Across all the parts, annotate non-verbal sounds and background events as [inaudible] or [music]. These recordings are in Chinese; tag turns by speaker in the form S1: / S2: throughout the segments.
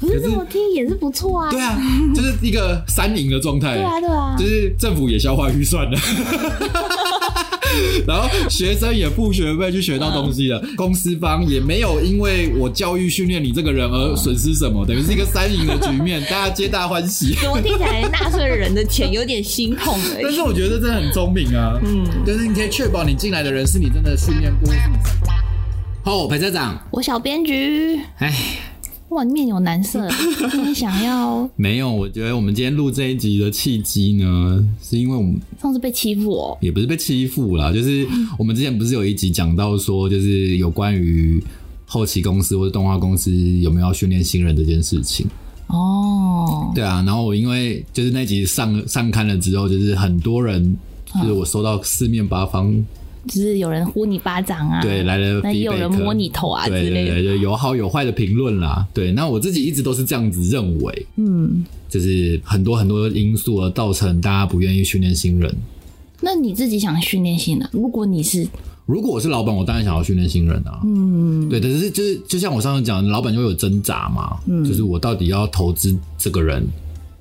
S1: 可
S2: 这
S1: 是
S2: 怎么听也是不错啊。
S1: 对啊，就是一个三赢的状态。
S2: 对啊，对啊
S1: 就，是政府也消化预算了。 [laughs] 然后学生也付学费去学到东西了，
S2: 嗯
S1: 公司方也没有因为我教育训练你这个人而损失什么，等于是一个三赢的局
S2: [laughs]
S1: 面，大家皆大欢喜。
S3: 怎么听起来纳税人的钱有点心痛而
S1: 但 [laughs]
S3: 已。
S1: 是我觉得这真的很聪明啊，嗯，就是你可以确保你进来的人是你真的训练过。哦，裴社长，
S2: 我小编局，
S1: 哎，
S2: 哇，面有难
S1: [laughs]
S2: 色，今天想要
S1: 没有，我觉得我们今天录这一集的契机呢，是因为我们
S2: 上次被欺负哦，
S1: 也不是被欺负啦，就是我们之前不是有一集讲到说，就是有关于后期公司或者动画公司有没有要训练新人这件事情。
S2: 哦，
S1: 对啊，然后我因为就是那集上上刊了之后，就是很多人。
S2: 嗯
S1: 就是我收到四面八方、
S2: 就是有人呼你巴掌啊，
S1: 对来了 feedback，
S2: 那也有人摸你头啊
S1: 对
S2: 之类
S1: 对
S2: 的
S1: 对，就有好有坏的评论啦。对，那我自己一直都是这样子认为，
S2: 嗯，
S1: 就是很多很多因素而造成大家不愿意训练新人。
S2: 那你自己想训练性的，如果你是
S1: 如果我是老板，我当然想要训练新人啊。嗯，对，但是就是就像我上次讲，老板就会有挣扎嘛。就是我到底要投资这个人，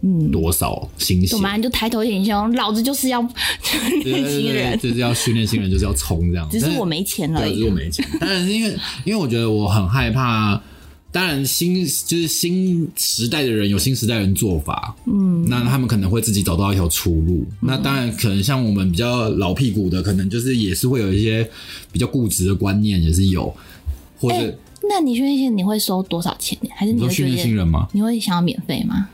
S1: 嗯，多少心血
S2: 懂？吗？你就抬头挺胸，老子就是要 [laughs] 训
S1: 对
S2: 练新人，
S1: 对对对就是要训练新人，就是要冲这样。
S2: 只是我
S1: 没。
S2: 没钱而
S1: 对，只是我
S2: 已。
S1: 没钱。当然是因为，因为我觉得我很害怕。当然新，就是新时代的人有新时代人做法，嗯，那他们可能会自己找到一条出路。那
S2: 嗯
S1: 当然，可能像我们比较老屁股的，可能就是也是会有一些比较固执的观念，也是有，或者、
S2: 那你训练性你会收多少钱？还是
S1: 你
S2: 哎你
S1: 说
S2: 会
S1: 训
S2: 觉
S1: 练新
S2: 得
S1: 人吗？
S2: 你会想要免费吗？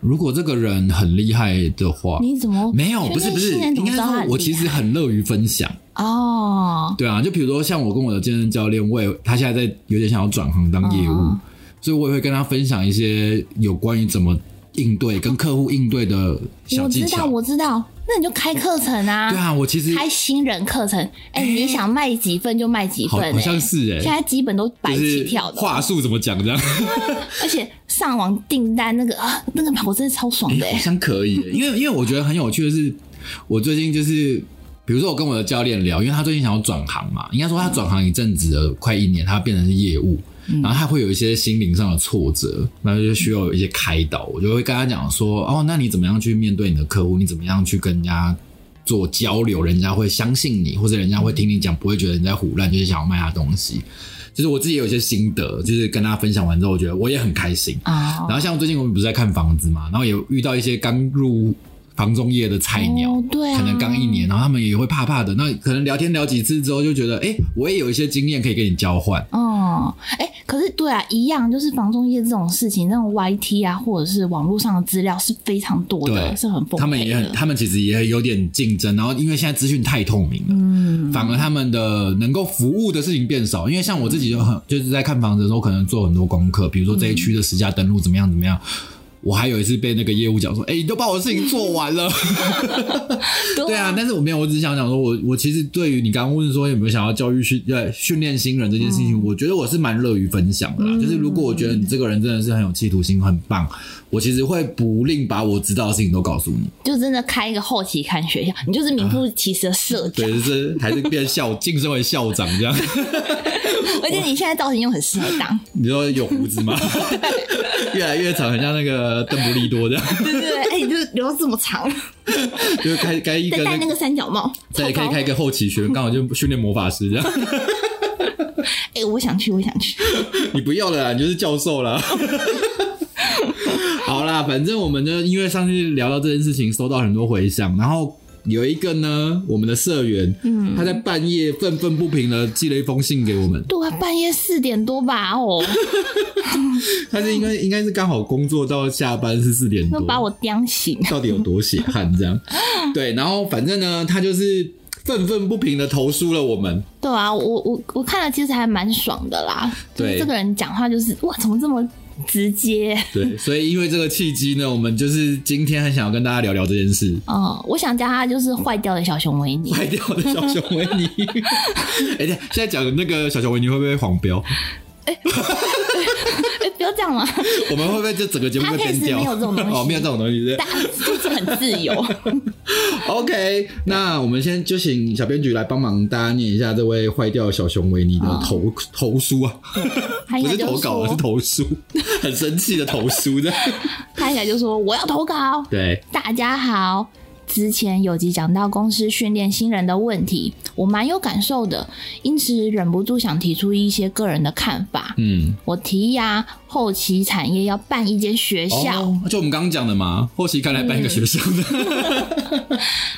S1: 如果这个人很厉害的话，
S2: 你怎么
S1: 没有？不是
S2: 训
S1: 不
S2: 练
S1: 是，
S2: 新人怎
S1: 应
S2: 么知
S1: 该
S2: 道他
S1: 说，
S2: 很
S1: 我
S2: 厉
S1: 其实很乐于分享。
S2: 害哦，
S1: 对啊，就比如说像我跟我的健身教练，我也他现在在有点想要转行当业务，
S2: 嗯
S1: 所以我也会跟他分享一些有关于怎么应对跟客户应对的小
S2: 我
S1: 技
S2: 知道
S1: 巧。
S2: 我知道，那你就开课程啊，
S1: 对啊，我其实
S2: 开新人课程，哎、你想卖几份就卖几
S1: 好
S2: 份、哎
S1: 好像是哎、
S2: 现在基本都百
S1: 就是
S2: 起跳的，
S1: 话术怎么讲这样？
S2: 而且上网订单那个啊，那个我真的超爽的、
S1: 哎
S2: 哎
S1: 好像可以耶，因为因为我觉得很有趣的是，我最近就是。比如说，我跟我的教练聊，因为他最近想要转行嘛，应该说他转行一阵子了，快一年，他变成是业务，然后他会有一些心灵上的挫折，那就需要有一些开导。我就会跟他讲说，哦，那你怎么样去面对你的客户？你怎么样去跟人家做交流？人家会相信你，或者人家会听你讲，不会觉得你在胡乱，就是想要卖他东西。就是我自己有一些心得，就是跟他分享完之后，我觉得我也很开心。
S2: 啊、
S1: 然后像最近我们不是在看房子嘛，然后也遇到一些刚入房中业的菜鸟，
S2: 哦对啊
S1: 可能刚一年，然后他们也会怕怕的。那可能聊天聊几次之后，就觉得，哎，我也有一些经验可以跟你交换。
S2: 哦，哎、可是对啊，一样就是房中介这种事情，那种 YT 啊，或者是网络上的资料是非常多
S1: 对
S2: 的，是很丰
S1: 他们
S2: 沛
S1: 也很，
S2: 的。
S1: 他们其实也有点竞争，然后因为现在资讯太透明了，嗯，反而他们的能够服务的事情变少。因为像我自己就很，就是在看房子的时候，可能做很多功课，比如说这一区的实价登录怎么样怎么样。我还有一次被那个业务讲说，哎、你都把我的事情做完了。对啊，但是我没有，我只是想讲说我，我其实对于你刚刚问说有没有想要教育训呃训练新人这件事情，我觉得我是蛮乐于分享的啦。就是如果我觉得你这个人真的是很有企图心，很棒，我其实会不吝把我知道的事情都告诉你。
S2: 就真的开一个后期看学校，你
S1: 啊
S2: 就是名副其实的社长，
S1: 对，就是还是变校晋升为校长 [laughs] 这样。
S2: 而且你现在造型又很适合当，
S1: 你说有胡子吗？ [laughs] 越来越长，很像那个邓布利 [laughs] 多这样，
S2: 对对对，哎、你就是留到这么长，
S1: 就是开开一个
S2: 再戴那个三角帽，
S1: 再
S2: 超
S1: 开
S2: 高。
S1: 开一个后期学，刚好就训练魔法师这样。
S2: 哎、我想去，我想去。
S1: 你不要了啦，你就是教授啦。 [laughs] 好啦，反正我们就因为上次聊到这件事情，收到很多回响，然后。有一个呢，我们的社员，嗯，他在半夜愤愤不平的寄了一封信给我们。
S2: 对啊，半夜四点多吧，哦，
S1: 他是应该应该是刚好工作到下班是四点多，
S2: 那把我叼醒。
S1: 到底有多血汗
S2: [laughs]
S1: 这样。对，然后反正呢，他就是愤愤不平的投诉了我们。
S2: 对啊，我我我看了，其实还蛮爽的啦。就是
S1: 对
S2: 这个人讲话就是哇，怎么这么直接？
S1: 对，所以因为这个契机呢，我们就是今天很想要跟大家聊聊这件事。
S2: 嗯，我想叫他就是坏掉的小熊维
S1: [laughs]
S2: 尼，
S1: 坏掉的小熊维尼，哎、对，哎现在讲的那个小熊维尼会不会黄 [laughs] 标？
S2: 哎、不要这样嘛，
S1: 我们会不会就整个节目被
S2: Podcast
S1: 编掉？
S2: 没有这种东西
S1: 哦，没有这种东西，对
S2: 大。家就是很自由。
S1: OK，那我们先就请小编局来帮忙大家念一下这位坏掉小熊维尼的投、投书啊，
S2: 他应
S1: 不
S2: 该
S1: 是
S2: 就
S1: 投稿啊，是
S2: 说，
S1: 投书，很生气的投书的。 [laughs]
S2: 他应该就说我要投稿，
S1: 对，
S2: 大家好，之前有集讲到公司训练新人的问题，我蛮有感受的，因此忍不住想提出一些个人的看法。
S1: 嗯，
S2: 我提议啊，后期产业要办一间学校，
S1: 哦，就我们刚刚讲的嘛，后期看来办一个学生的。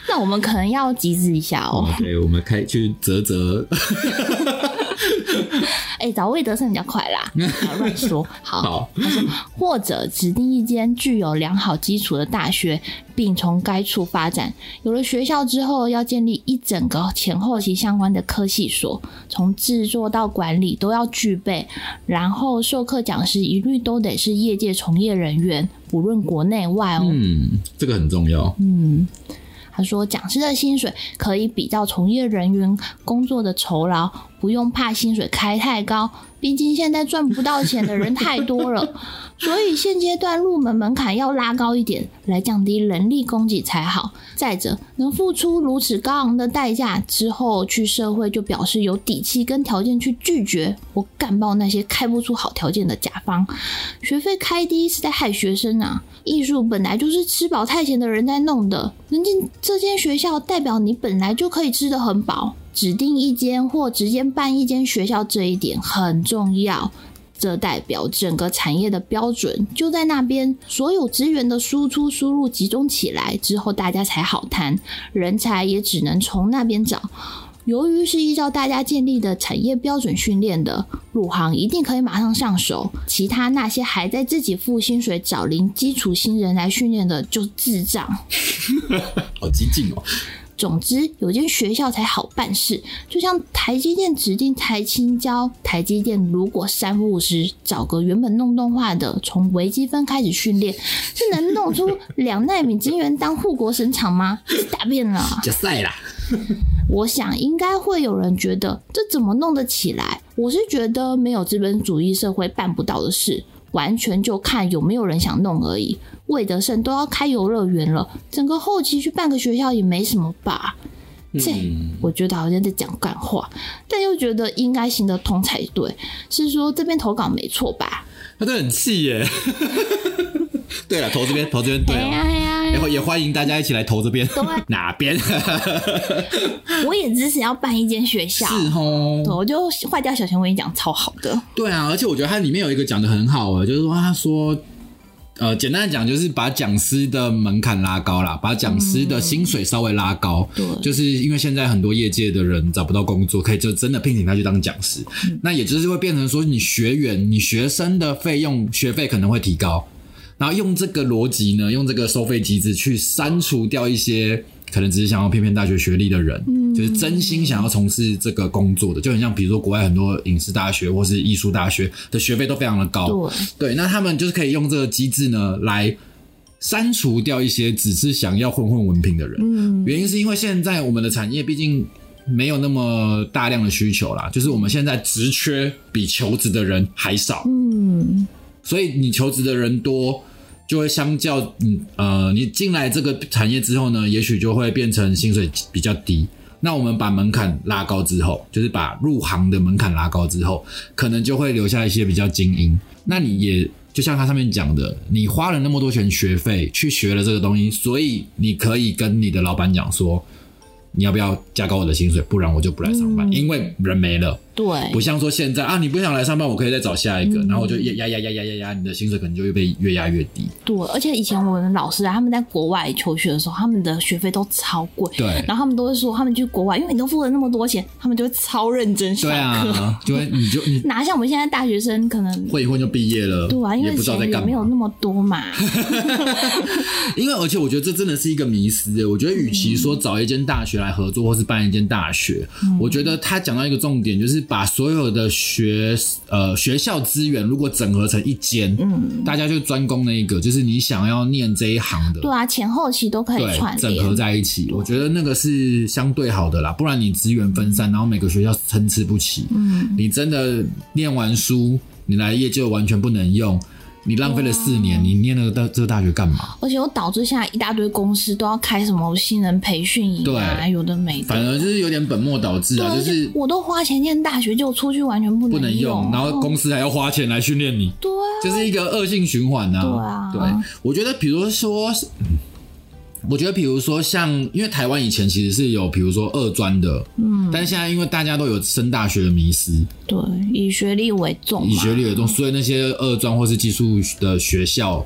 S2: 那我们可能要集资一下哦。
S1: 对，我们开去泽 [laughs] 泽，
S2: 哎、找魏德胜比较快 [laughs] 啦，不要乱说。好，
S1: 好，
S2: 或者指定一间具有良好基础的大学，并从该处发展。有了学校之后，要建立一整个前后期相关的科系所，从制作到管理都要具备。然后授课讲师一律都得是业界从业人员，不论国内外哦。
S1: 嗯，这个很重要，
S2: 嗯，他说讲师的薪水可以比较从业人员工作的酬劳，不用怕薪水开太高，毕竟现在赚不到钱的人太多了，所以现阶段入门门槛要拉高一点，来降低人力供给才好。再者，能付出如此高昂的代价之后去社会，就表示有底气跟条件去拒绝我干爆那些开不出好条件的甲方。学费开低是在害学生啊！艺术本来就是吃饱太闲的人在弄的，能进这间学校，代表你本来就可以吃得很饱。指定一间或直接办一间学校，这一点很重要。这代表整个产业的标准就在那边，所有资源的输出输入集中起来之后，大家才好谈，人才也只能从那边找。由于是依照大家建立的产业标准训练的，入行一定可以马上上手。其他那些还在自己付薪水找零基础新人来训练的，就是智障。
S1: 好激进哦。
S2: 总之，有间学校才好办事。就像台积电指定台青教，台积电如果三不五时找个原本弄动画的，从微积分开始训练，是能弄出两纳米晶圆当护国神厂吗？ [laughs] 是大便了啊。
S1: 加赛啦，
S2: 我想应该会有人觉得这怎么弄得起来？我是觉得没有资本主义社会办不到的事，完全就看有没有人想弄而已。魏德胜都要开游乐园了，整个后期去办个学校也没什么吧？这
S1: 嗯，
S2: 我觉得好像在讲干话，但又觉得应该行得通才对。是说这边投稿没错吧？
S1: 他都很气耶。 [laughs] 对了，投这边，投这边对
S2: 哎呀啊
S1: 了。
S2: 哎呀哎
S1: 也
S2: 呀，
S1: 欢也欢迎大家一起来投这
S2: [laughs]
S1: 边，哪边？
S2: 我也支持要办一间学校。
S1: 哦
S2: 对，我就坏掉小熊，我跟你讲超好的。
S1: 对啊，而且我觉得它里面有一个讲的很好啊，就是说他说，呃，简单的讲就是把讲师的门槛拉高啦，把讲师的薪水稍微拉高，
S2: 对
S1: 就是因为现在很多业界的人找不到工作，可以就真的聘请他去当讲师，那也就是会变成说你学员、你学生的费用学费可能会提高，然后用这个逻辑呢，用这个收费机制去删除掉一些可能只是想要骗骗大学学历的人，就是真心想要从事这个工作的，就很像比如说国外很多影视大学或是艺术大学的学费都非常的高，
S2: 对。
S1: 对，那他们就是可以用这个机制呢来。删除掉一些只是想要混混文凭的人，嗯、原因是因为现在我们的产业毕竟没有那么大量的需求啦，就是我们现在职缺比求职的人还少，
S2: 嗯，
S1: 所以你求职的人多，就会相较嗯呃，你进来这个产业之后呢，也许就会变成薪水比较低。那我们把门槛拉高之后，就是把入行的门槛拉高之后，可能就会留下一些比较精英。那你也就像他上面讲的，你花了那么多钱学费去学了这个东西，所以你可以跟你的老板讲说，你要不要加高我的薪水，不然我就不来上班，因为人没了。
S2: 对
S1: 不，像说现在啊，你不想来上班，我可以再找下一个，然后我就压压压压压压压，你的薪水可能就会被越压越低。
S2: 对，而且以前我们老师啊，他们在国外求学的时候，他们的学费都超贵，
S1: 对
S2: 然后他们都会说，他们去国外，因为你都付了那么多钱，他们就会超认真上
S1: 对
S2: 课，
S1: 啊，就会你就你
S2: 哪像我们现在大学生可能
S1: 混一混就毕业了，
S2: 对啊，因
S1: 也
S2: 为
S1: 不知道在
S2: 钱也
S1: 干
S2: 没有
S1: 嘛。
S2: 那么多
S1: [laughs]
S2: 嘛，
S1: 因为而且我觉得这真的是一个迷思欸耶。我觉得与
S2: 嗯
S1: 其说找一间大学来合作，或是办一间大学，我觉得他讲到一个重点，就是把所有的学呃学校资源如果整合成一间，嗯，大家就专攻那一个，就是你想要念这一行的，
S2: 对啊，前后期都可以
S1: 对，
S2: 串
S1: 整合
S2: 联，
S1: 在一起，我觉得那个是相对好的啦，不然你资源分散，然后每个学校参
S2: 嗯
S1: 差不齐，嗯，你真的念完书，你来业就完全不能用。你浪费了四年，
S2: 啊
S1: 你念了大这个大学干嘛？
S2: 而且又导致现在一大堆公司都要开什么新人培训营啊，
S1: 对
S2: 有的没
S1: 反
S2: 的。
S1: 而就是有点本末倒置啊，
S2: 而
S1: 就
S2: 且
S1: 是
S2: 我都花钱念大学，结果出去完全不
S1: 不
S2: 能哦
S1: 能用，然后公司还要花钱来训练你，
S2: 对啊，
S1: 就是一个恶性循环呐、
S2: 对啊
S1: 对我觉得比如说，嗯我觉得比如说像，因为台湾以前其实是有比如说二专的，嗯，但是现在因为大家都有升大学的迷思，
S2: 对，以学历为重
S1: 以
S2: 嘛。
S1: 学历为重，所以那些二专或是技术的学校。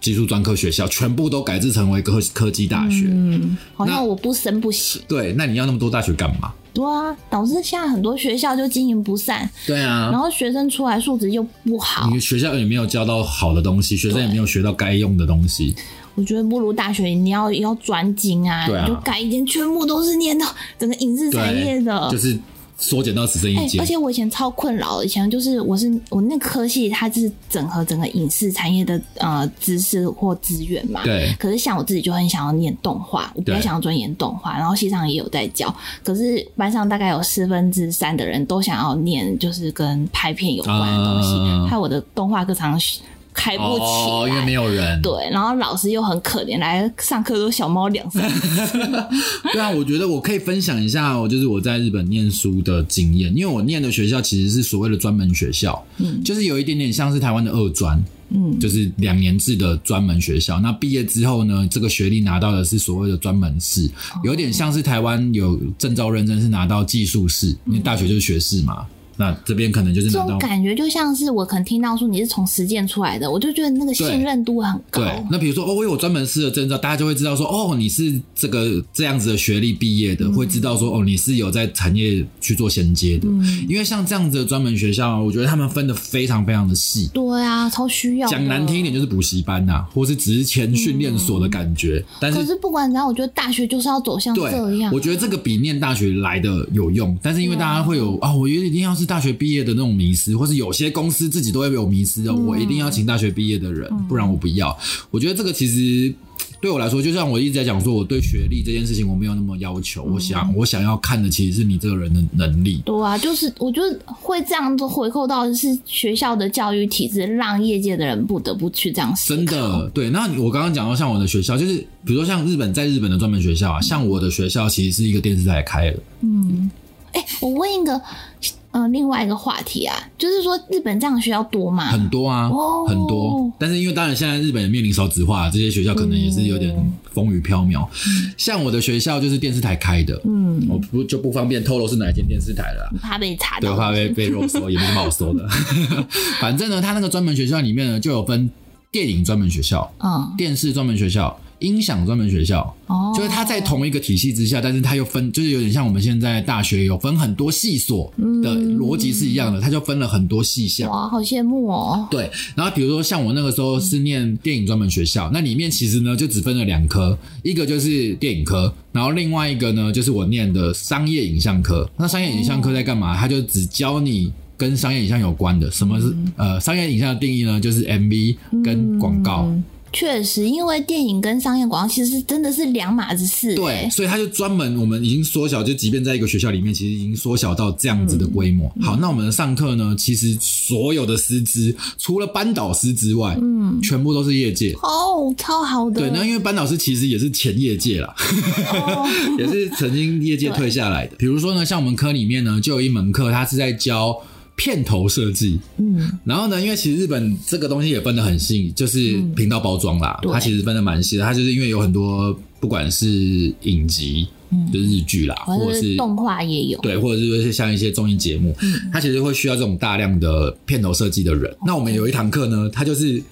S1: 技术专科学校全部都改制成为科科技大学，
S2: 嗯，好
S1: 那
S2: 像我不升不行。
S1: 对，那你要那么多大学干嘛？
S2: 对啊，导致现在很多学校就经营不善，
S1: 对啊
S2: 然，后学生出来素质又不好
S1: 你。学校也没有教到好的东西，学生也没有学到该用的东西。
S2: 我觉得不如大学你要要专精啊，
S1: 对啊
S2: 你就改一间全部都是念到整个影视产业
S1: 对，
S2: 的。
S1: 就是缩减到只剩一
S2: 哎、
S1: 间
S2: 而。且我以前超困扰的，以前就是我是我那科系，它是整合整个影视产业的呃知识或资源嘛。
S1: 对
S2: 可是像我自己就很想要念动画，我比较
S1: 对
S2: 想要钻研动画，然后系上也有在教，可是班上大概有四分之三的人都想要念就是跟拍片有关的东西，
S1: 啊
S2: 害我的动画课常常开不起来。
S1: 哦，因为没有人。
S2: 对，然后老师又很可怜，来上课都小猫两三
S1: 对啊，我觉得我可以分享一下，我就是我在日本念书的经验，因为我念的学校其实是所谓的专门学校，嗯，就是有一点点像是台湾的二专，嗯，就是两年制的专门学校。那毕业之后呢，这个学历拿到的是所谓的专门士，
S2: 哦
S1: 有点像是台湾有证照认证是拿到技术士，因为大学就是学士嘛。那这边可能就是
S2: 这
S1: 拿
S2: 种
S1: 到
S2: 感觉就像是我可能听到说你是从实践出来的，我就觉得那个信任度很高。
S1: 对，那比如说哦，我有专门师的证照，大家就会知道说哦，你是这个这样子的学历毕业的，会知道说哦，你是有在产业去做衔接的。因为像这样子的专门学校，我觉得他们分的非常非常的细。
S2: 对啊，超需要的。
S1: 讲难听一点，就是补习班呐、或是只是前训练所的感觉。但
S2: 可
S1: 是
S2: 是不管怎样，我觉得大学就是要走向
S1: 对
S2: 哦这样，
S1: 我。觉得这个比念大学来的有用。但是因为大家会有啊、我一定要是大学毕业的那种迷失，或是有些公司自己都会有迷失的，我一定要请大学毕业的人，不然我不要。我觉得这个其实。对我来说，就像我一直在讲说，我对学历这件事情我没有那么要求。我想，我想要看的其实是你这个人的能力。
S2: 对啊，就是我觉得会这样子回扣到是学校的教育体制，让业界的人不得不去这样思
S1: 真
S2: 考。
S1: 的，对。那我刚刚讲到像我的学校，就是比如说像日本，在日本的专门学校啊，像我的学校其实是一个电视台开的，
S2: 哎、我问一个，呃，另外一个话题啊，就是说日本这样的学校多吗？
S1: 很多啊，
S2: 哦
S1: 很多。但是因为当然现在日本也面临少子化，这些学校可能也是有点风雨飘渺。像我的学校就是电视台开的，嗯，我不就不方便透露是哪一间电视台了啊。
S2: 怕被查
S1: 对，
S2: 到。
S1: 怕被被肉搜，也没什么好搜的。反正呢，他那个专门学校里面呢，就有分电影专门学校、
S2: 嗯，
S1: 电视专门学校、音响专门学校，
S2: 哦，
S1: 就是它在同一个体系之下，但是它又分，就是有点像我们现在大学有分很多系所的逻辑是一样的，它就分了很多细项。
S2: 哇，好羡慕哦。
S1: 对，然后比如说像我那个时候是念电影专门学校，那里面其实呢就只分了两科，一个就是电影科，然后另外一个呢就是我念的商业影像科。那商业影像科在干嘛？它就只教你。跟商业影像有关的，什么是、呃商业影像的定义呢？就是 MV 跟广告，
S2: 确实，因为电影跟商业广告其实真的是两码子事、
S1: 对，
S2: 欸。
S1: 所以他就专门我们已经缩小，就即便在一个学校里面，其实已经缩小到这样子的规模。好，那我们上课呢，其实所有的师资除了班导师之外，嗯，全部都是业界。
S2: 哦，超好的。
S1: 对，那因为班导师其实也是前业界
S2: [laughs]
S1: 啦，
S2: 哦
S1: [laughs] 也是曾经业界退下来的。比如说呢，像我们科里面呢，就有一门课，它是在教片头设计。
S2: 嗯，
S1: 然后呢，因为其实日本这个东西也分得很细，就是频道包装啦，
S2: 嗯对
S1: 它其实分得蛮细的。它就是因为有很多，不管是影集，
S2: 嗯
S1: 就是日剧啦，
S2: 好
S1: 或
S2: 像
S1: 者
S2: 是
S1: 是
S2: 动画也有。
S1: 对，或者是说是像一些综艺节目，它其实会需要这种大量的片头设计的人。那我们有一堂课呢，它就是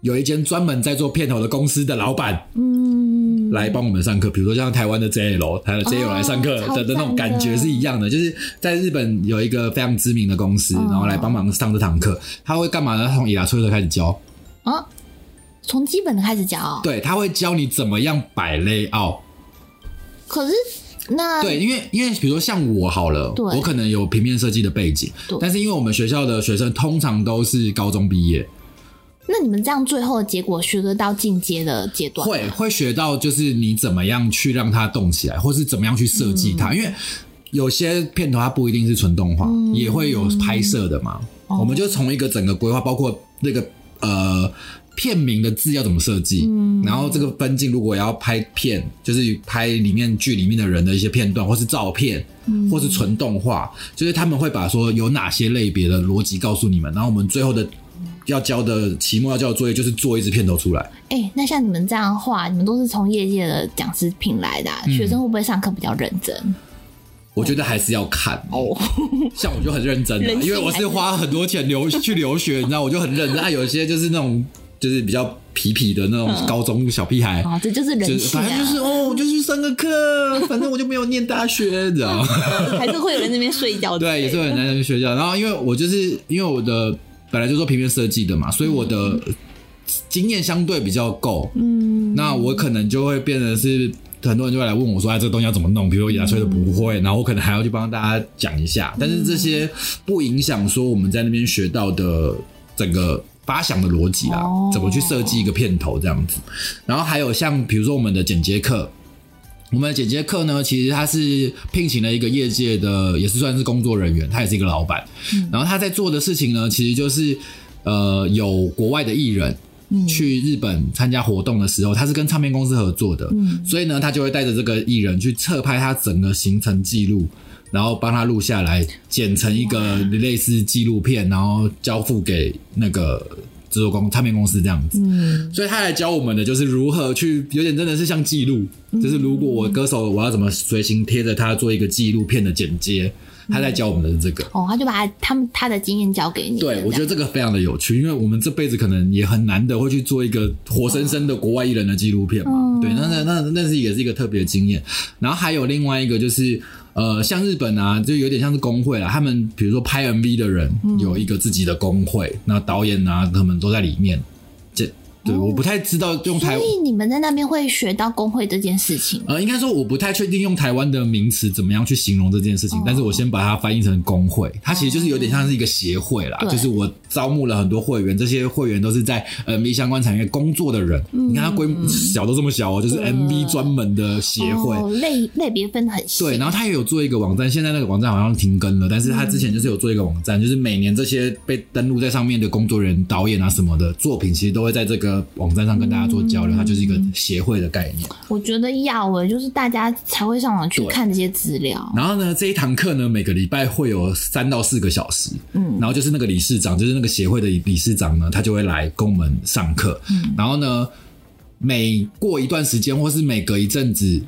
S1: 有一间专门在做片头的公司的老板，嗯，来帮我们上课。比如说像台湾的 JL，台湾的 JL 来上课
S2: 超
S1: 的的那种
S2: 赞
S1: 感觉
S2: 的
S1: 是一样的，就是在日本有一个非常知名的公司，然后来帮忙上这堂课。他会干嘛呢？他从伊拉吹的开始教，
S2: 啊，从基本的开始讲哦。
S1: 对，他会教你怎么样摆 layout。
S2: 可是那
S1: 对，因为因为比如说像我好了，
S2: 对
S1: 我可能有平面设计的背景
S2: 对，
S1: 但是因为我们学校的学生通常都是高中毕业，
S2: 那你们这样最后的结果学得到进阶的阶段吗
S1: 会会学到就是你怎么样去让它动起来，或是怎么样去设计它，
S2: 嗯
S1: 因为有些片头它不
S2: 哦
S1: 一定是纯动画，也会有拍摄的嘛。我们就从一个整个规划，包括那个呃片名的字要怎么设计，
S2: 嗯
S1: 然后这个分镜如果要拍片，就是拍里面剧里面的人的一些片段，或是照片，
S2: 嗯
S1: 或是纯动画，就是他们会把说有哪些类别的逻辑告诉你们，然后我们最后的。要交的期末要交的作业就是做一支片头出来，
S2: 哎、那像你们这样的话，你们都是从业界的讲师聘来的啊、
S1: 嗯
S2: 学生会不会上课比较认真？
S1: 我觉得还是要看
S2: 哦。
S1: [laughs] 像我就很认真的，啊
S3: 人性
S1: 因为我
S3: 还
S1: 是
S3: 是
S1: 花很多 [laughs] 钱留去留学，你知道，我就很认真。啊，有一些就是那种就是比较皮皮的那种高中小屁孩，
S2: 哦，这就是
S1: 就
S2: 人
S1: 是
S2: 性
S1: 反
S2: 啊
S1: 正！就是哦，我就去上个课，反正我就没有念大学，你知道吗？
S3: 还是会有人在那边睡觉之类的。
S1: 对，也是很难去学校。然后因为我就是因为我的本来就做平面设计的嘛，所以我的经验相对比较够。嗯，那我可能就会变成是。很多人就会来问我说：“哎，这个东西要怎么弄？”比如说牙吹的不会，然后我可能还要去帮大家讲一下。但是这些不影响说我们在那边学到的整个发想的逻辑啦，
S2: 哦
S1: 怎么去设计一个片头这样子。然后还有像比如说我们的剪接课，我们的剪接课呢，其实他是聘请了一个业界的，也是算是工作人员，他也是一个老板。然后他在做的事情呢，其实就是呃，有国外的艺人。去日本参加活动的时候，他是跟唱片公司合作的，所以呢，他就会带着这个艺人去侧拍他整个行程记录，然后帮他录下来，剪成一个类似纪录片，然后交付给那个制作公唱片公司这样子。所以他来教我们的就是如何去，有点真的是像记录，
S2: 嗯
S1: 就是如果我歌手我要怎么随行贴着他做一个纪录片的剪接，
S2: 嗯
S1: 他在教我们的是这个。
S2: 哦，他就把他他们他的经验交给你。
S1: 对，我觉
S2: 得
S1: 得这个非常的有趣，因为我们这辈子可能也很难得会去做一个活生生的国外艺人的纪录片
S2: 哦
S1: 嘛。对，那那那那是也是一个特别的经验。然后还有另外一个就是，呃，像日本啊，就有点像是工会啦，他们比如说拍 MV 的人
S2: 嗯
S1: 有一个自己的工会，那导演啊他们都在里面。这对，我不太知道用
S2: 哦所
S1: 台。
S2: 以你们在那边会学到工会这件事情。
S1: 呃，应该说我不太确定用台湾的名词怎么样去形容这件
S2: 哦
S1: 事情，但是我先把它翻译成工会，它其实就是有点像是一个协会啦，
S2: 对
S1: 就是我招募了很多会员，这些会员都是在 MV 相关产业工作的人，
S2: 嗯
S1: 你看它规模小都这么小哦，就是 MV 专门的协会。
S2: 啊哦、类类别分得很细。
S1: 对，然后他也有做一个网站，现在那个网站好像停更了，但是他之
S2: 嗯
S1: 前就是有做一个网站，就是每年这些被登录在上面的工作人员、导演啊什么的作品，其实都会在这个网站上跟大家做交流，它就是一个协会的概念。
S2: 我觉得要诶，就是大家才会上网去
S1: 对
S2: 看这些资料。
S1: 然后呢，这一堂课呢，每个礼拜会有三到四个小时。嗯，然后就是那个理事长，就是那个协会的理事长呢，他就会来跟我们上课。嗯，然后呢，每过一段时间，或是每隔一阵子，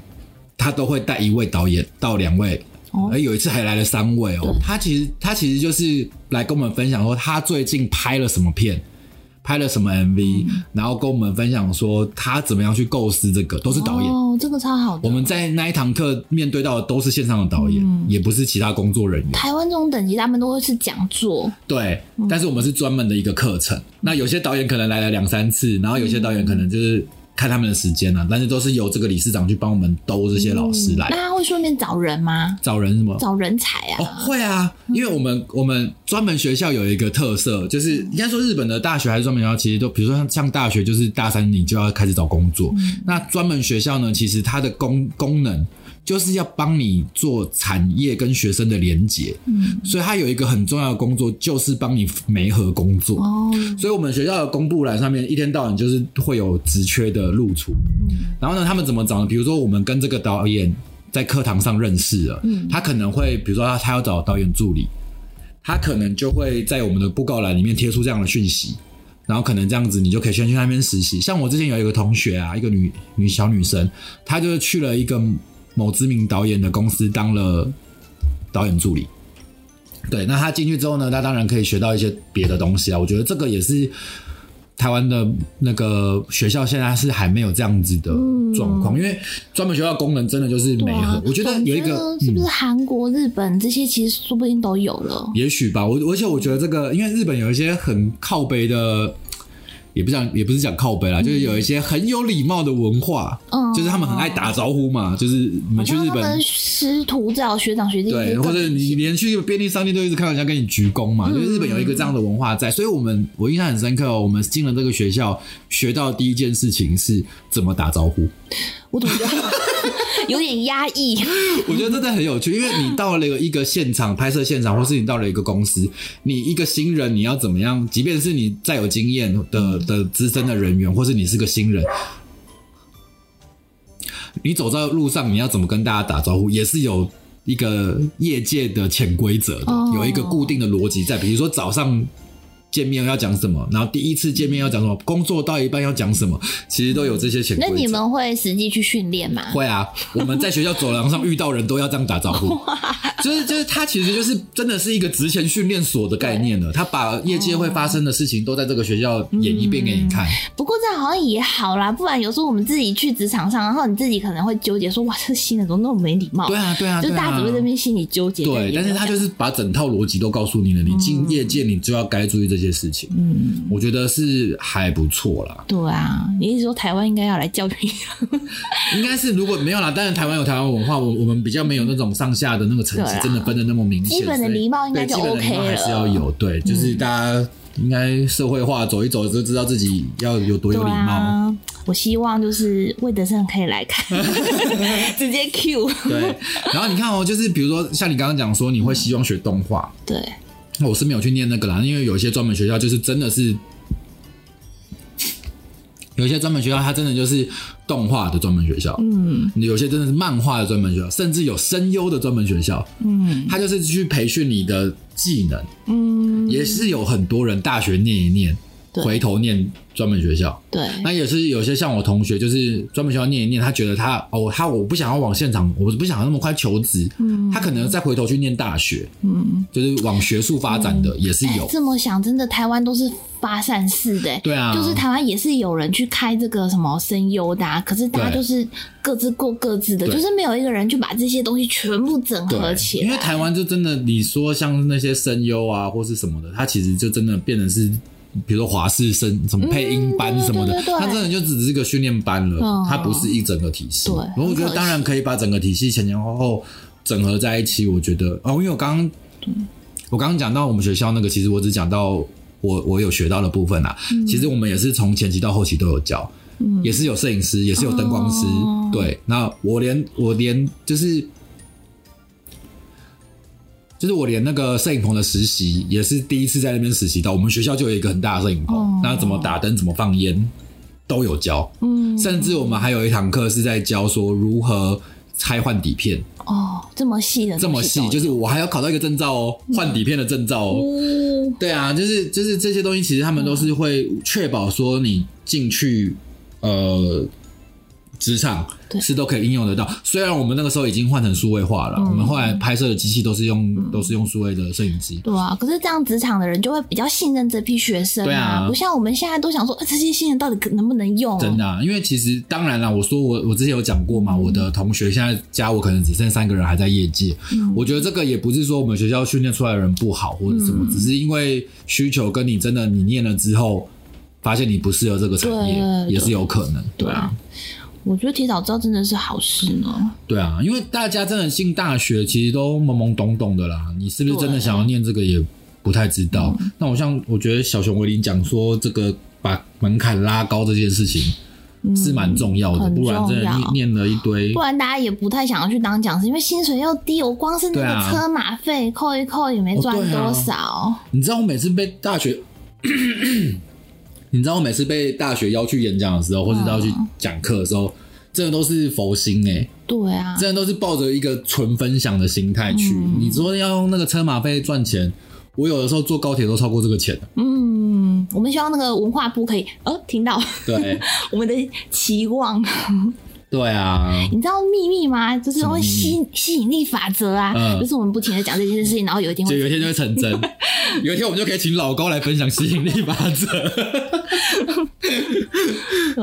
S1: 他都会带一位导演到两位。哎
S2: 哦
S1: 而有一次还来了三位哦，
S2: 对
S1: 他其实他其实就是来跟我们分享说他最近拍了什么片，拍了什么 MV，、然后跟我们分享说他怎么样去构思这个，都是导演。
S2: 哦，这个超好
S1: 我
S2: 的。
S1: 们在那一堂课面对到的都是线上的导演，也不是其他工作人员。
S2: 台湾这种等级，他们都会是讲座，
S1: 对，但是我们是专门的一个课程。那有些导演可能来了两三次，然后有些导演可能就是看他们的时间啊，但是都是由这个理事长去帮我们兜这些老师来、
S2: 嗯那他会顺便找人吗？
S1: 找人什么。
S2: 找人才啊？
S1: 哦，会啊，因为我们我们专门学校有一个特色，就是应该说日本的大学还是专门学校，其实都比如说像像大学，就是大三你就要开始找工作。那专门学校呢，其实它的功功能就是要帮你做产业跟学生的连结，嗯，所以它有一个很重要的工作，就是帮你媒合工作。
S2: 哦，
S1: 所以我们学校的公布栏上面一天到晚就是会有职缺的露出。然后呢，他们怎么找呢？比如说我们跟这个导演在课堂上认识了，他可能会比如说他他要找导演助理，他可能就会在我们的布告栏里面贴出这样的讯息。然后可能这样子，你就可以先去那边实习。像我之前有一个同学啊，一个女女小女生，她就是去了一个某知名导演的公司当了导演助理。对，那他进去之后呢，他当然可以学到一些别的东西啊。我觉得这个也是台湾的那个学校现在是还没有这样子的状况，因为专门学校功能真的就是
S2: 嗯对
S1: 没合。
S2: 啊。
S1: 我觉得有一个
S2: 总之呢是不
S1: 嗯
S2: 是韩国、日本这些其实说不定都有了？
S1: 也许吧，我而且我觉得这个，因为日本有一些很靠北的，也不讲也不是讲靠北啦，就是有一些很有礼貌的文化，
S2: 嗯
S1: 就是他们很爱打招呼嘛，就是你们去
S2: 好像
S1: 日
S2: 他
S1: 本
S2: 们师徒制啊，学长学弟
S1: 对，
S2: 制
S1: 或者你连去便利商店都一直看到人家跟你鞠躬
S2: 嗯
S1: 嘛，就是日本有一个这样的文化在，所以我们我印象很深刻、哦，我们进了这个学校学到第一件事情是怎么打招呼， [laughs]
S2: 我怎么觉得有点压抑。
S1: 我觉得真的很有趣，因为你到了一个现场拍摄现场，或是你到了一个公司，你一个新人，你要怎么样？即便是你再有经验的的资深的人员，或是你是个新人，你走在路上，你要怎么跟大家打招呼，也是有一个业界的潜规则的
S2: 哦，
S1: 有一个固定的逻辑在。比如说早上。见面要讲什么？然后第一次见面要讲什么？工作到一半要讲什么？其实都有这些潜规
S2: 那
S1: 则。
S2: 你们会实际去训练吗？
S1: [laughs] 会啊，我们在学校走廊上遇到人都要这样打招
S2: [laughs]
S1: 呼，就是就是，它其实就是真的是一个职前训练所的概念了。他把业界会发生的事情都在这个学校演一遍给你看。
S2: 不过这样好像也好啦，不然有时候我们自己去职场上，然后你自己可能会纠结说，哇，这新人怎么那么没礼貌？
S1: 对啊，对啊，
S2: 就
S1: 对
S2: 大家
S1: 啊
S2: 只会在那边心里纠结。
S1: 对，但是他就是把整套逻辑都告诉你了。你进业界，你就要该注意这些事情。嗯，我觉得是还不错啦。
S2: 对啊，你一直说台湾应该要来教育一下，
S1: 应该是如果没有啦，当然台湾有台湾文化，我我们比较没有那种上下的那个层
S2: 对
S1: 次
S2: 啦，
S1: 真的分的那么明显。
S2: 基本的
S1: 所以
S2: 礼貌应该
S1: 对
S2: 就
S1: 基本的礼貌
S2: OK
S1: 还是要有。对，就是大家应该社会化走一走，就知道自己要有多有
S2: 对
S1: 礼貌。
S2: 啊，我希望就是魏德胜可以来看，
S1: [laughs]
S2: 直接 Q。
S1: 对，然后你看哦，就是比如说像你刚刚讲说，你会希望学动画，
S2: 对，
S1: 我是没有去念那个啦，因为有一些专门学校就是真的是，有一些专门学校它真的就是动画的专门学校，嗯，有些真的是漫画的专门学校，甚至有声优的专门学校，嗯，它就是去培训你的技能，
S2: 嗯，
S1: 也是有很多人大学念一念，
S2: 对
S1: 回头念专门学校。
S2: 对，
S1: 那也是有些像我同学，就是专门学校念一念，他觉得他哦，他我不想要往现场，我不想要那么快求职，嗯，他可能再回头去念大学，嗯，哎就是往学术发展的也是有，
S2: 哎这么想，真的台湾都是发散式的、欸
S1: 对啊
S2: 就是台湾也是有人去开这个什么声优的、啊，可是大家
S1: 对
S2: 就是各自过各自的，
S1: 对
S2: 就是没有一个人去把这些东西全部整合起
S1: 对，因为
S2: 来。
S1: 台湾就真的，你说像那些声优啊或是什么的，他其实就真的变成是。比如说华视声什么配音班什么的
S2: 嗯对对对，对
S1: 它真的就只是一个训练班
S2: 嗯
S1: 了，它不是一整个体系。
S2: 对
S1: 然后我
S2: 很
S1: 觉得
S2: 可惜
S1: 当然可以把整个体系前前后后整合在一起。我觉得哦，因为我刚刚我刚刚讲到我们学校那个，其实我只讲到我我有学到的部分啦。
S2: 嗯
S1: 其实我们也是从前期到后期都有教，也是有摄影师，也是有灯光师。
S2: 哦
S1: 对，那我连我连就是就是我连那个摄影棚的实习也是第一次在那边实习到，我们学校就有一个很大的摄影
S2: 哦
S1: 棚，那、怎么打灯、怎么放烟都有教，
S2: 嗯，
S1: 甚至我们还有一堂课是在教说如何拆换底片，
S2: 哦，这么细的东西
S1: 这么细，
S2: 都有
S1: 就是我还要考到一个证照哦，换底片的证照哦。
S2: 哦
S1: 对啊，就是就是这些东西，其实他们都是会确保说你进去呃职场
S2: 对
S1: 是都可以应用得到。虽然我们那个时候已经换成数位化了，
S2: 嗯
S1: 我们后来拍摄的机器都是用、都是用数位的摄影机。
S2: 对啊，可是这样职场的人就会比较信任这批学生
S1: 对啊
S2: 不像我们现在都想说，呃、这些新人到底可能不能用？
S1: 真的啊、因为其实当然啦，我说我我之前有讲过
S2: 嗯
S1: 嘛，我的同学现在加我可能只剩三个人还在业界，
S2: 嗯
S1: 我觉得这个也不是说我们学校训练出来的人不好或者什么，
S2: 嗯
S1: 只是因为需求跟你真的你念了之后，发现你不适合这个产
S2: 对对
S1: 业
S2: 对
S1: 也是有可能，对啊。
S2: 我觉得提早知道真的是好事呢。
S1: 对啊，因为大家真的进大学其实都懵懵懂懂的啦，你是不是真的想要念这个也不太知道。
S2: 啊
S1: 那我像我觉得小熊维林讲说这个把门槛拉高这件事情是蛮重要
S2: 嗯
S1: 的，
S2: 很
S1: 不然真的
S2: 重要
S1: 念念了一堆
S2: 不。然大家也不太想要去当讲师，因为薪水又低，我光是那
S1: 对
S2: 个
S1: 啊
S2: 车马费、扣一扣也没赚
S1: 哦对啊
S2: 多少。
S1: 你知道我每次被大学。你知道我每次被大学邀去演讲的时候，或者要去
S2: 嗯
S1: 讲课的时候，真的都是佛心哎、
S2: 对啊，
S1: 真的都是抱着一个纯分享的心态去。
S2: 嗯
S1: 你说要用那个车马费赚钱，我有的时候坐高铁都超过这个钱。
S2: 嗯，我们希望那个文化部 [laughs] 可以呃听到
S1: 对 [laughs]
S2: 我们的期望。 [laughs]
S1: 对啊，
S2: 你知道秘密吗？就是会
S1: 秘密
S2: 吸吸引力法则啊，
S1: 嗯
S2: 就是我们不停的讲这件事情，然后有一天
S1: 就
S2: 会
S1: 有一天就会成
S2: [laughs]
S1: 真。有一天我们就可以请老高来分享吸引力法则。
S2: 对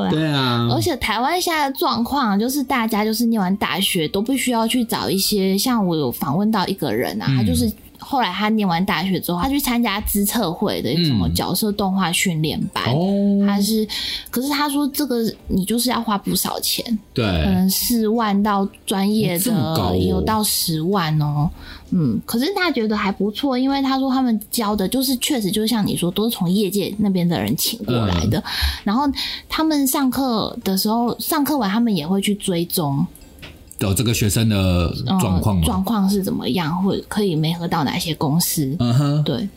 S2: 啊。
S1: [laughs] 对啊，
S2: 而且台湾现在的状况就是，大家就是念完大学都必须要去找一些，像我有访问到一个人啊，
S1: 嗯
S2: 他就是后来他念完大学之后，他去参加资策会的什么
S1: 嗯
S2: 角色动画训练班。
S1: 哦，
S2: 他是，可是他说这个你就是要花不少钱，可
S1: 对，
S2: 能四万到专业
S1: 哦哎这么高
S2: 的
S1: 哦
S2: 有到十万哦，嗯，可是他觉得还不错，因为他说他们教的就是确实就是像你说，都是从业界那边的人请过来
S1: 嗯
S2: 的，然后他们上课的时候，上课完他们也会去追踪，
S1: 有这个学生的
S2: 嗯
S1: 状况吗？
S2: 状况是怎么样，或者可以媒合到哪些公司？
S1: 嗯哼，
S2: 对，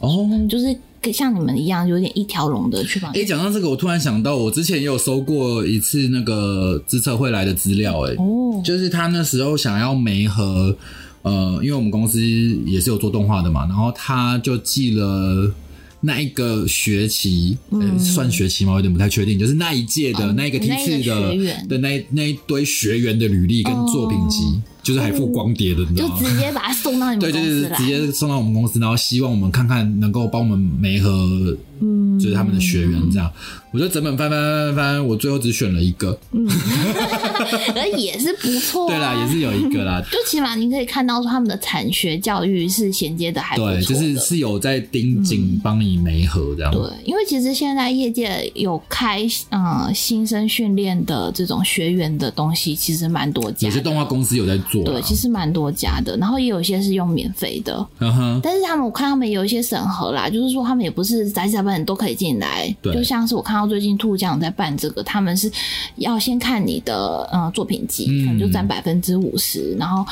S1: 哦。
S2: 就是跟像你们一样，有点一条龙的去帮。
S1: 哎、讲到这个，我突然想到，我之前也有收过一次那个资策会来的资料、诶
S2: 哦，
S1: 就是他那时候想要媒合，呃，因为我们公司也是有做动画的嘛，然后他就寄了那一个学期，呃，算学期吗？我有点不太确定，就是那一届的、
S2: 嗯哦
S1: 那一个梯次
S2: 那
S1: 的
S2: 一个学员哦
S1: 的那一那一堆学员的履历跟作品集，就是还附光碟的，你知
S2: 就
S1: 道吗？
S2: 直接把它送到你
S1: 对，
S2: 们
S1: 就
S2: 公
S1: 是
S2: 司来
S1: 直。接送到我们公司，然后希望我们看看能够帮我们媒合，
S2: 嗯
S1: 就是他们的学员这样。我就整本翻翻翻翻翻，我最后只选了一个，
S2: [laughs] 而也是不错、啊。
S1: 对啦，也是有一个啦，
S2: 就起码你可以看到说他们的产学教育是衔接的还不错的
S1: 对，就是是有在盯紧帮你媒合这样。
S2: 对，因为其实现在业界有开嗯、呃新生训练的这种学员的东西，其实蛮多家
S1: 有些
S2: 的。
S1: 动画公司有在做啊
S2: 对，
S1: 啦，
S2: 其实蛮多家的，然后也有一些是用免费的，
S1: 嗯哼，
S2: 但是他们我看他们有一些审核啦，就是说他们也不是杂七杂八人都可以进来，
S1: 对
S2: 就像是我看到最近兔酱在办这个，他们是要先看你的呃作品集，
S1: 嗯
S2: 可能就占百分之五十，然后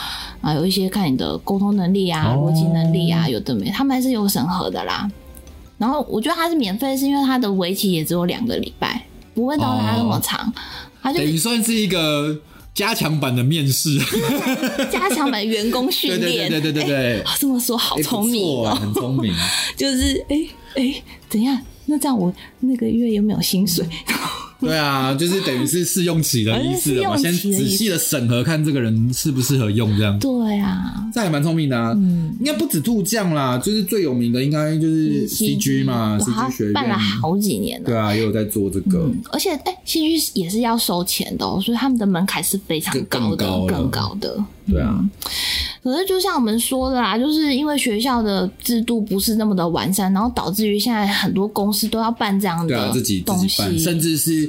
S2: 啊、呃有一些看你的沟通能力啊、
S1: 哦
S2: 逻辑能力啊，有的没，他们还是有审核的啦。然后我觉得它是免费，是因为它的为期也只有两个礼拜，不会到它那么长，
S1: 哦
S2: 它就
S1: 等于
S2: 是
S1: 算是一个加强版的面试，
S2: 加强版员工训
S1: [laughs] 对对
S2: 练。
S1: 对对对对
S2: 哎
S1: 对，
S2: 啊这么说好
S1: 哎
S2: 聪明
S1: 不错
S2: 哦、
S1: 啊很聪明。
S2: 就是哎哎、怎样？那这样我那个月有没有薪水？ [laughs]
S1: 对啊，就是等于是试用期的意思了嘛，
S2: [laughs] 哦是试用期
S1: 先
S2: 的意思
S1: 仔细的审核看这个人适不适合用这样。
S2: 对嗯啊，
S1: 这还蛮聪明的啊，应该不止兔酱啦，就是最有名的应该就是
S2: 戏
S1: CG 嘛
S2: 嗯哇
S1: ，CG 学院，
S2: 办了好几年了。
S1: 对啊，也有在做这个，
S2: 嗯，而且哎，戏、剧也是要收钱的、哦，所以他们的门槛是非常
S1: 更
S2: 高的，
S1: 更高了
S2: 更高的。
S1: 对啊，
S2: 可是就像我们说的啦，就是因为学校的制度不是那么的完善，然后导致于现在很多公司都要办这样
S1: 对啊
S2: 的，
S1: 自己自
S2: 东
S1: 己
S2: 西，
S1: 办，甚至是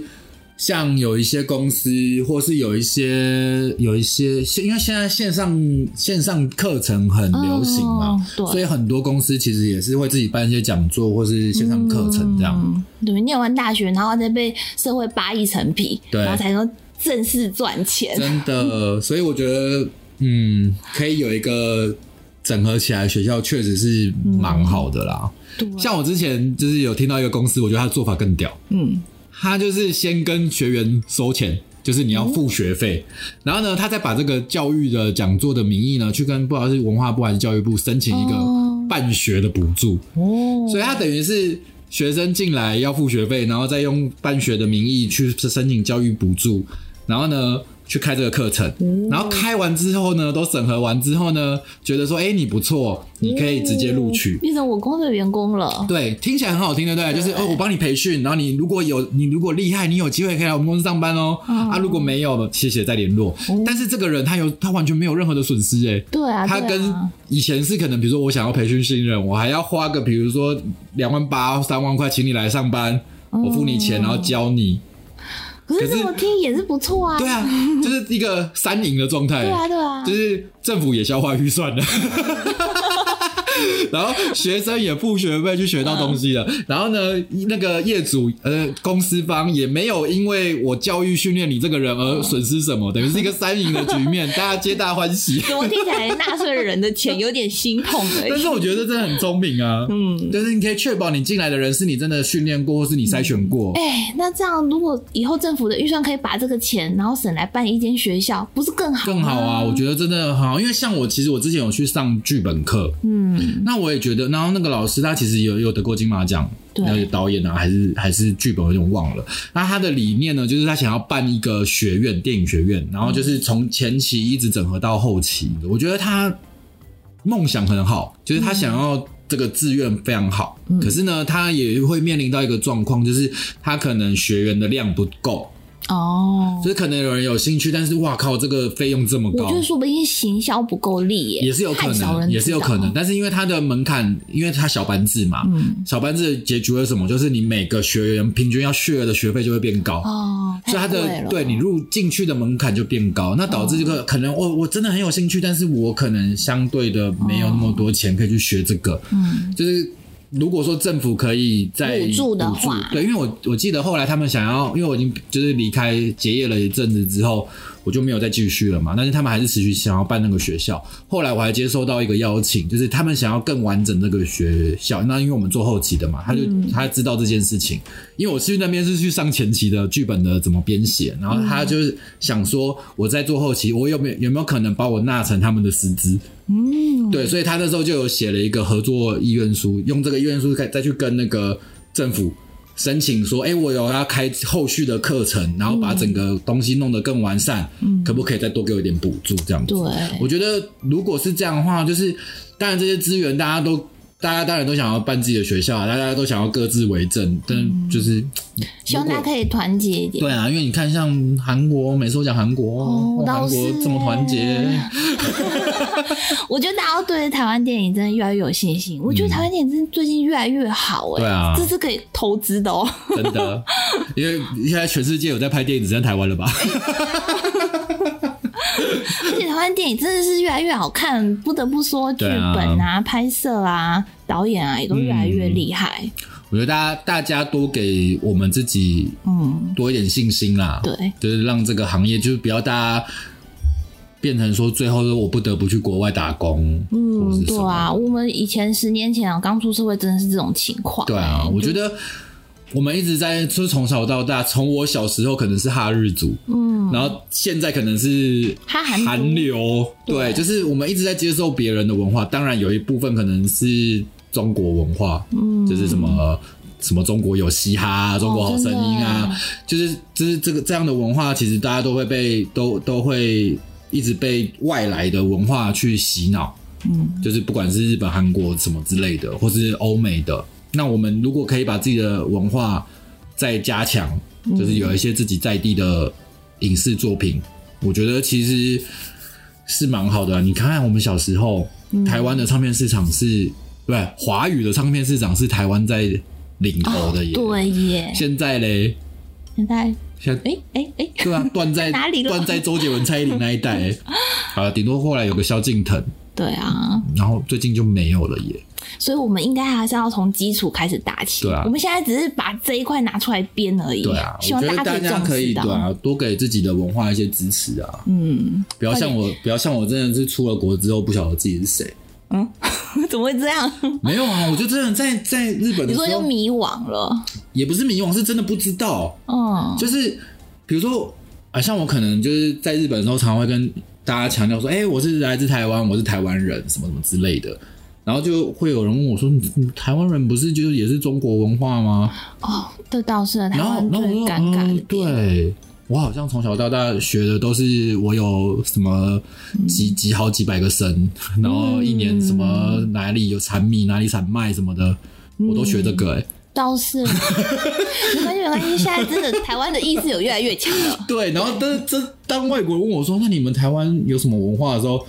S1: 像有一些公司，或是有一些有一些，因为现在线上线上课程很流行嘛，
S2: 嗯对
S1: 所以很多公司其实也是会自己办一些讲座或是线上课程这样。
S2: 嗯，对，念完大学，然后再被社会扒一层皮，
S1: 对
S2: 然后才能正式赚钱。
S1: 真的，所以我觉得，嗯，可以有一个整合起来，学校确实是蛮好的啦。
S2: 对啊
S1: 像我之前就是有听到一个公司，我觉得他的做法更屌，
S2: 嗯，
S1: 他就是先跟学员收钱。就是你要付学费，
S2: 嗯
S1: 然后呢，他再把这个教育的讲座的名义呢，去跟不知道是文化部还是教育部申请一个
S2: 哦
S1: 办学的补助，
S2: 哦，
S1: 所以他等于是学生进来要付学费，然后再用办学的名义去申请教育补助，然后呢去开这个课程，
S2: 嗯
S1: 然后开完之后呢，都审核完之后呢，觉得说，哎、你不错，你可以直接录取。
S2: 变成我公的员工了。
S1: 对，听起来很好听，对不对？就是哦，我帮你培训，然后你如果有你如果厉害，你有机会可以来我们公司上班哦。啊，如果没有，谢谢再联络。但是这个人他有他完全没有任何的损失哎，
S2: 对哦啊，
S1: 他
S2: 对啊
S1: 跟以前是可能，比如说我想要培训新人，我还要花个比如说两万八、三万块，请你来上班，我付你
S2: 哦
S1: 钱，然后教你。
S2: 可
S1: 可
S2: 是
S1: 是
S2: 这么听也是不错啊。[laughs]
S1: 对啊，就是一个三赢的状态。
S2: 对啊，对啊，
S1: 就是政府也消化预算了。 [laughs] 然后学生也付学费去学到东西了，然后呢，那个业主呃公司方也没有因为我教育训练你这个人而损失什么，等于是一个三赢的局面， [laughs] 大家皆大欢喜。
S3: 怎么听起来纳税人的钱有点心痛而
S1: 但
S3: 已。
S1: 是我觉得这真的很聪明啊，嗯，就是你可以确保你进来的人是你真的训练过，或是你筛选过，
S2: 哎、那这样如果以后政府的预算可以把这个钱，然后省来办一间学校，不是更好？
S1: 更好啊。
S2: 哦
S1: 我觉得真的很好，因为像我其实我之前有去上剧本课，
S2: 嗯，
S1: 那我也觉得，然后那个老师他其实有有得过金马奖，
S2: 对
S1: 那个导演啊，还是还是剧本，我有点忘了。那他的理念呢，就是他想要办一个学院，电影学院，然后就是从前期一直整合到后期。我觉得他梦想很好，就是他想要这个志愿非常好，
S2: 嗯
S1: 可是呢，他也会面临到一个状况，就是他可能学员的量不够，
S2: 哦，
S1: 就是可能有人有兴趣，但是哇靠，这个费用这么
S2: 我
S1: 高
S2: 觉得，说不定行销不够力耶，
S1: 也是有可
S2: 太少人
S1: 能，也是有可能。但是因为它的门槛，因为它小班制嘛，
S2: 嗯
S1: 小班制的结局是什么？就是你每个学员平均要 share 的学费就会变高。
S2: 哦，
S1: 所以它
S2: 太贵
S1: 的
S2: 了嗯
S1: 对你入进去的门槛就变高，那导致这个可能我我真的很有兴趣，但是我可能相对的没有那么多钱可以去学这个，嗯，就是如果说政府可以在
S2: 补助的
S1: 补助
S2: 话
S1: 对，因为我我记得后来他们想要，因为我已经就是离开结业了一阵子之后，我就没有再继续了嘛。但是他们还是持续想要办那个学校。后来我还接收到一个邀请，就是他们想要更完整这个学校。那因为我们做后期的嘛，他就、
S2: 嗯
S1: 他知道这件事情，因为我去那边是去上前期的剧本的怎么编写，然后他就是想说我在做后期，我有没有有没有可能把我纳成他们的师资？对，所以他那时候就有写了一个合作意愿书，用这个意愿书再再去跟那个政府申请说，哎、我有要开后续的课程，然后把整个东西弄得更完善，可不可以再多给我一点补助这样子？
S2: 对
S1: 我觉得如果是这样的话，就是当然这些资源大家都。大家当然都想要办自己的学校，啊大家都想要各自为政，但就是、
S2: 嗯希望大家可以团结一点。
S1: 对啊，因为你看像韩国，每次我讲韩国，
S2: 哦
S1: 韩、
S2: 倒是
S1: 国这么团结，
S2: [laughs] 我觉得大家对台湾电影真的越来越有信心。我觉得台湾电影真的最近越来越好哎、
S1: 嗯对啊
S2: 这是可以投资的哦。
S1: 真的，因为现在全世界有在拍电影，只剩台湾
S2: [laughs]
S1: 了吧？
S2: 而 [clears throat] 且台湾电影真的是越来越好看，不得不说，剧
S1: 对啊
S2: 本啊、拍摄啊、导演啊也都越来越厉害。
S1: 我觉得大家大家多给我们自己
S2: 嗯，
S1: 多一点信心啦，
S2: 对，
S1: 就是让这个行业就是不要大家变成说最后我不得不去国外打工，或者
S2: 嗯，
S1: 是什
S2: 对
S1: 么
S2: 啊，我们以前十年前啊，刚出社会真的是这种情况。
S1: 对啊，我觉得我们一直在，就是从小到大，从我小时候可能是哈日族，嗯，然后现在可能是
S2: 哈韩族
S1: 韩流，对，就是我们一直在接受别人的文化，当然有一部分可能是中国文化，嗯，就是什么。什么中国有嘻哈、啊，中国好声音啊，
S2: 真的
S1: 就是就是这个这样的文化，其实大家都会被都都会一直被外来的文化去洗脑，就是不管是日本、韩国什么之类的，或是欧美的，那我们如果可以把自己的文化再加强，就是有一些自己在地的影视作品，我觉得其实是蛮好的啊、你看看我们小时候，
S2: 嗯
S1: 台湾的唱片市场是，不是华语的唱片市场是台湾在领头的耶。
S2: 哦对耶，
S1: 现在嘞，
S2: 现在
S1: 现在
S3: 哎哎哎，
S1: 对啊，断在
S2: [laughs] 哪里了
S1: 断在周杰伦、蔡依林那一代、欸，好了，顶多后来有个萧敬腾，
S2: 对啊，
S1: 然后最近就没有了耶。
S2: 所以我们应该还是要从基础开始打起。
S1: 对啊
S2: 我们现在只是把这一块拿出来编而已。
S1: 对啊，
S2: 希
S1: 我
S2: 望
S1: 觉
S2: 家
S1: 得大
S2: 可以
S1: 家
S2: 重
S1: 可以
S2: 视
S1: 对
S2: 到。
S1: 啊，多给自己的文化一些支持啊，
S2: 嗯，
S1: 不要像我，不要像我真的是出了国之后不晓得自己是谁。
S2: [laughs] 怎么会这样？
S1: 没有啊，我就真的在在日本
S2: 你
S1: 的时
S2: 说就
S1: 候，
S2: 迷惘了？
S1: 也不是迷惘，是真的不知道。
S2: 嗯，
S1: 就是比如说啊，像我可能就是在日本的时候，常会跟大家强调说，哎、我是来自台湾，我是台湾人，什么什么之类的。然后就会有人问我说：“你你台湾人不是就是也是中国文化吗？”
S2: 哦，这倒是台
S1: 然后
S2: 湾，
S1: 然
S2: 最
S1: 后我说，
S2: 尴尬的
S1: 嗯，
S2: 点。
S1: 对我好像从小到大学的都是我有什么几几好几百个省，然后一年什么哪里有产米，哪里产麦什么的，我都学这个、欸。
S2: 倒是，没关系，没关系。现在真的台湾的意识有越来越强了。
S1: 对，然后但这当外国人问我说，那你们台湾有什么文化的时候，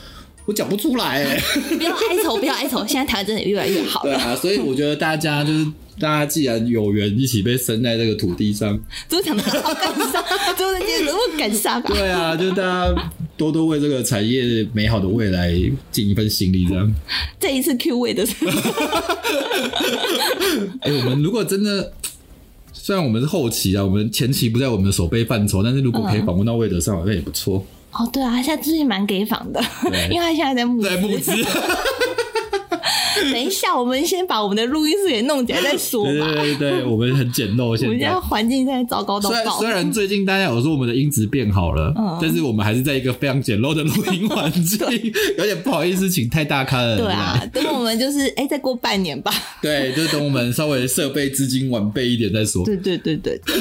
S1: 我讲不出来、 [laughs] 欸。
S2: 不要哀愁，不要哀愁。现在台湾真的越来越好
S1: 对
S2: 了，
S1: 啊，所以我觉得大家就是。大家既然有缘一起被生在这个土地上，
S2: 就是想到好感伤，就是今天能不感伤吧？
S1: 对啊，就大家多多为这个产业美好的未来尽一份心力，这样。
S3: 这一次 Q 位的时候，
S1: 哎、我们如果真的，虽然我们是后期啊，我们前期不在我们的手背范畴，但是如果可以访问到魏德上，好像也不错。
S2: 哦，对啊，他现在最近蛮给访的
S1: 对，
S2: 因为他现在在募资。
S1: 对，募资，
S2: 等一下，我们先把我们的录音室给弄起来再说
S1: 对
S2: 吧。
S1: 对对对，我们很简陋
S2: 我
S1: 现
S2: 们现
S1: 在
S2: 在。环境现在糟糕到
S1: 虽然
S2: 爆
S1: 虽，然最近大家有说我们的音质变好了，
S2: 嗯
S1: 但是我们还是在一个非常简陋的录音环境，有点不好意思请太大咖的人
S2: 对
S1: 来。
S2: 啊，等我们就是哎，再过半年吧。
S1: 对，就等我们稍微设备资金完备一点再说。
S3: 对对对
S1: [laughs]
S3: 对，对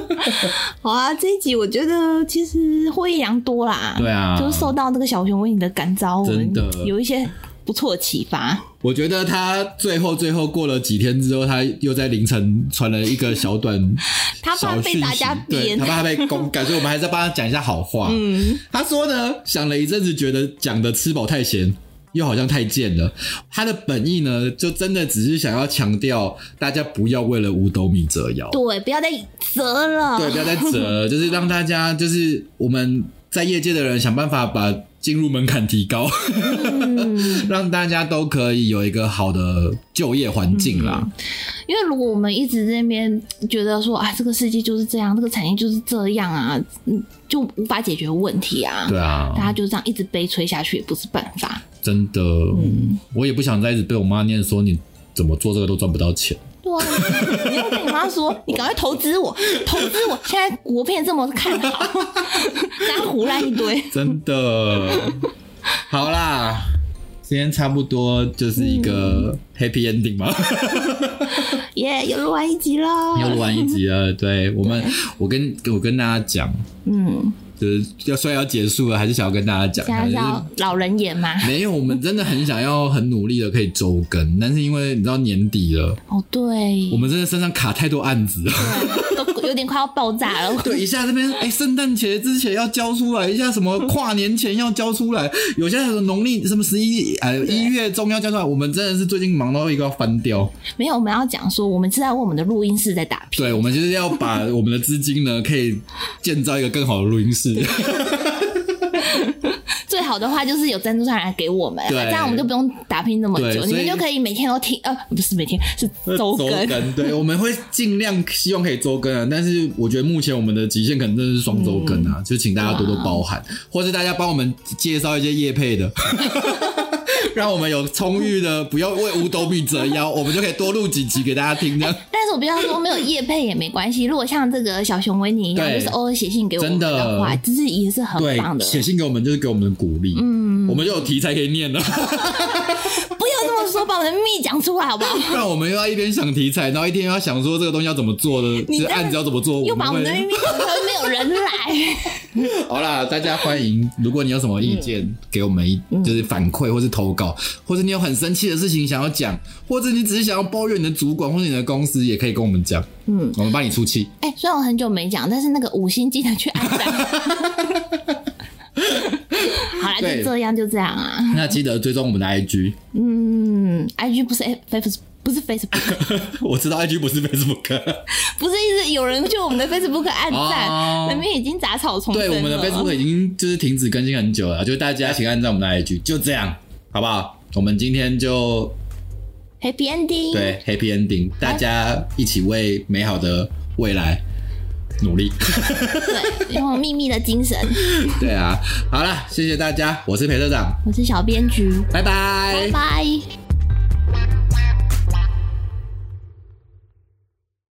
S2: [laughs] 好啊，这一集我觉得其实获益良多啦。
S1: 对啊
S2: 就是受到这个小熊维尼的感召，我们
S1: 真的
S2: 有一些不错的启发。
S1: 我觉得他最后最后过了几天之后，他又在凌晨传了一个小短
S2: 他怕
S1: 小
S2: 被
S1: 讯息，
S2: 大家
S1: 对
S2: 编
S1: 他怕他被公
S2: [laughs]
S1: 干，所以我们还是要帮他讲一下好话。嗯，他说呢，想了一阵子，觉得讲的吃饱太闲。又好像太贱了，他的本意呢，就真的只是想要强调大家不要为了五斗米折腰，
S2: 对，不要再折了。
S1: 对，不要再折了，就是让大家就是我们在业界的人想办法把进入门槛提高，
S2: 嗯
S1: [laughs] 让大家都可以有一个好的就业环境啦。
S2: 嗯因为如果我们一直在那边觉得说啊，这个世界就是这样，这个产业就是这样啊，嗯，就无法解决问题啊。
S1: 对啊，
S2: 大家就这样一直悲催下去也不是办法。
S1: 真的，我也不想再一直被我妈念说你怎么做这个都赚不到钱。
S2: 对啊，你要跟你妈说，你赶快投资我，投资我，现在国片这么看好， [laughs] 大家胡乱一 [laughs] 堆。
S1: 真 [laughs] 的。好啦，今天差不多就是一个 happy ending [laughs] 吧，
S2: 耶、又录完一集喽。
S1: 又录完一集了。对我们，我跟我跟大家讲，
S2: 嗯，
S1: 就是要虽然要结束了，还是想要跟大家讲一
S2: 现
S1: 下，
S2: 在是
S1: 就是
S2: 要老人演嘛？
S1: 没有，我们真的很想要很努力的可以周更，但是因为你知道年底了，
S2: 哦，对
S1: 我，们真的身上卡太多案子了。
S2: 哦都有点快要爆炸了。
S1: [laughs] 对，一下这边哎，圣诞节之前要交出来，一下什么跨年前要交出来， [laughs] 有些什么农历什么十一呃一月中要交出来，我们真的是最近忙到一个要翻掉。
S2: 没有，我们要讲说，我们是在为我们的录音室在打 [laughs] 拼。
S1: 对，我们就是要把我们的资金呢，可以建造一个更好的录音室。
S2: 最好的话就是有赞助商来给我们，
S1: 对
S2: 这样我们就不用打拼那么
S1: 对
S2: 久，
S1: 所
S2: 你
S1: 以
S2: 们就可以每天都听，呃，不是每天是周更。
S1: 更，对，我们会尽量希望可以周更啊，但是我觉得目前我们的极限可能真的是双周更
S2: 嗯
S1: 啊，就请大家
S2: 哦
S1: 多多包涵，或是大家帮我们介绍一些业
S2: [laughs]
S1: 配的。让我们有充裕的，不要为五斗米折腰，我们就可以多录几集给大家听。这样
S2: 但是我必须要说，没有业配也没关系。如果像这个小熊维尼一样，
S1: 对
S2: 就是偶尔写信给我们
S1: 真的
S2: 的话，其实也是很
S1: 对
S2: 棒，的。
S1: 写信给我们就是给我们的鼓励，嗯，我们就有题材可以念
S2: [laughs]
S1: 了。
S2: 不要这么说，把我们的秘讲出来好不好？
S1: 不然 [laughs] 我们又要一边想题材，然后一边又要想说这个东西要怎么做的，
S2: 你
S1: 这
S2: 这样
S1: 案子要怎么做，
S2: 又
S1: 我
S2: 把我们
S1: 们
S2: 的秘
S1: 会。
S2: 密讲出来，没有人来。
S1: [laughs] 好啦，大家欢迎，如果你有什么意见，给我们一就是反馈，或是投稿，或者你有很生气的事情想要讲，或者你只是想要抱怨你的主管或者你的公司，也可以跟我们讲，嗯，我们帮你出气。
S2: 哎、虽然我很久没讲，但是那个五星记得去按
S1: [laughs]
S2: 赞。好啦，
S1: 对
S2: 就这样，就这样啊。
S1: 那记得追踪我们的 IG，
S2: 嗯，IG 不是 F，不是
S1: [laughs]
S2: Facebook，
S1: [laughs] 我知道 IG 不是 Facebook，
S2: 不是一直有人去我们的 Facebook 按赞，
S1: 哦
S2: 那边已经杂草丛生
S1: 对，
S2: 了。
S1: 我们的 Facebook 已经就是停止更新很久了，就大家请按照我们的 IG，就这样，好不好？我们今天就
S2: Happy Ending。
S1: 对，Happy Ending，大家一起为美好的未来努力。
S2: 对，拥有秘密的精神。
S1: 对啊，好了，谢谢大家，我是裴社长，
S2: 我是小编菊，
S1: 拜拜
S2: 拜拜。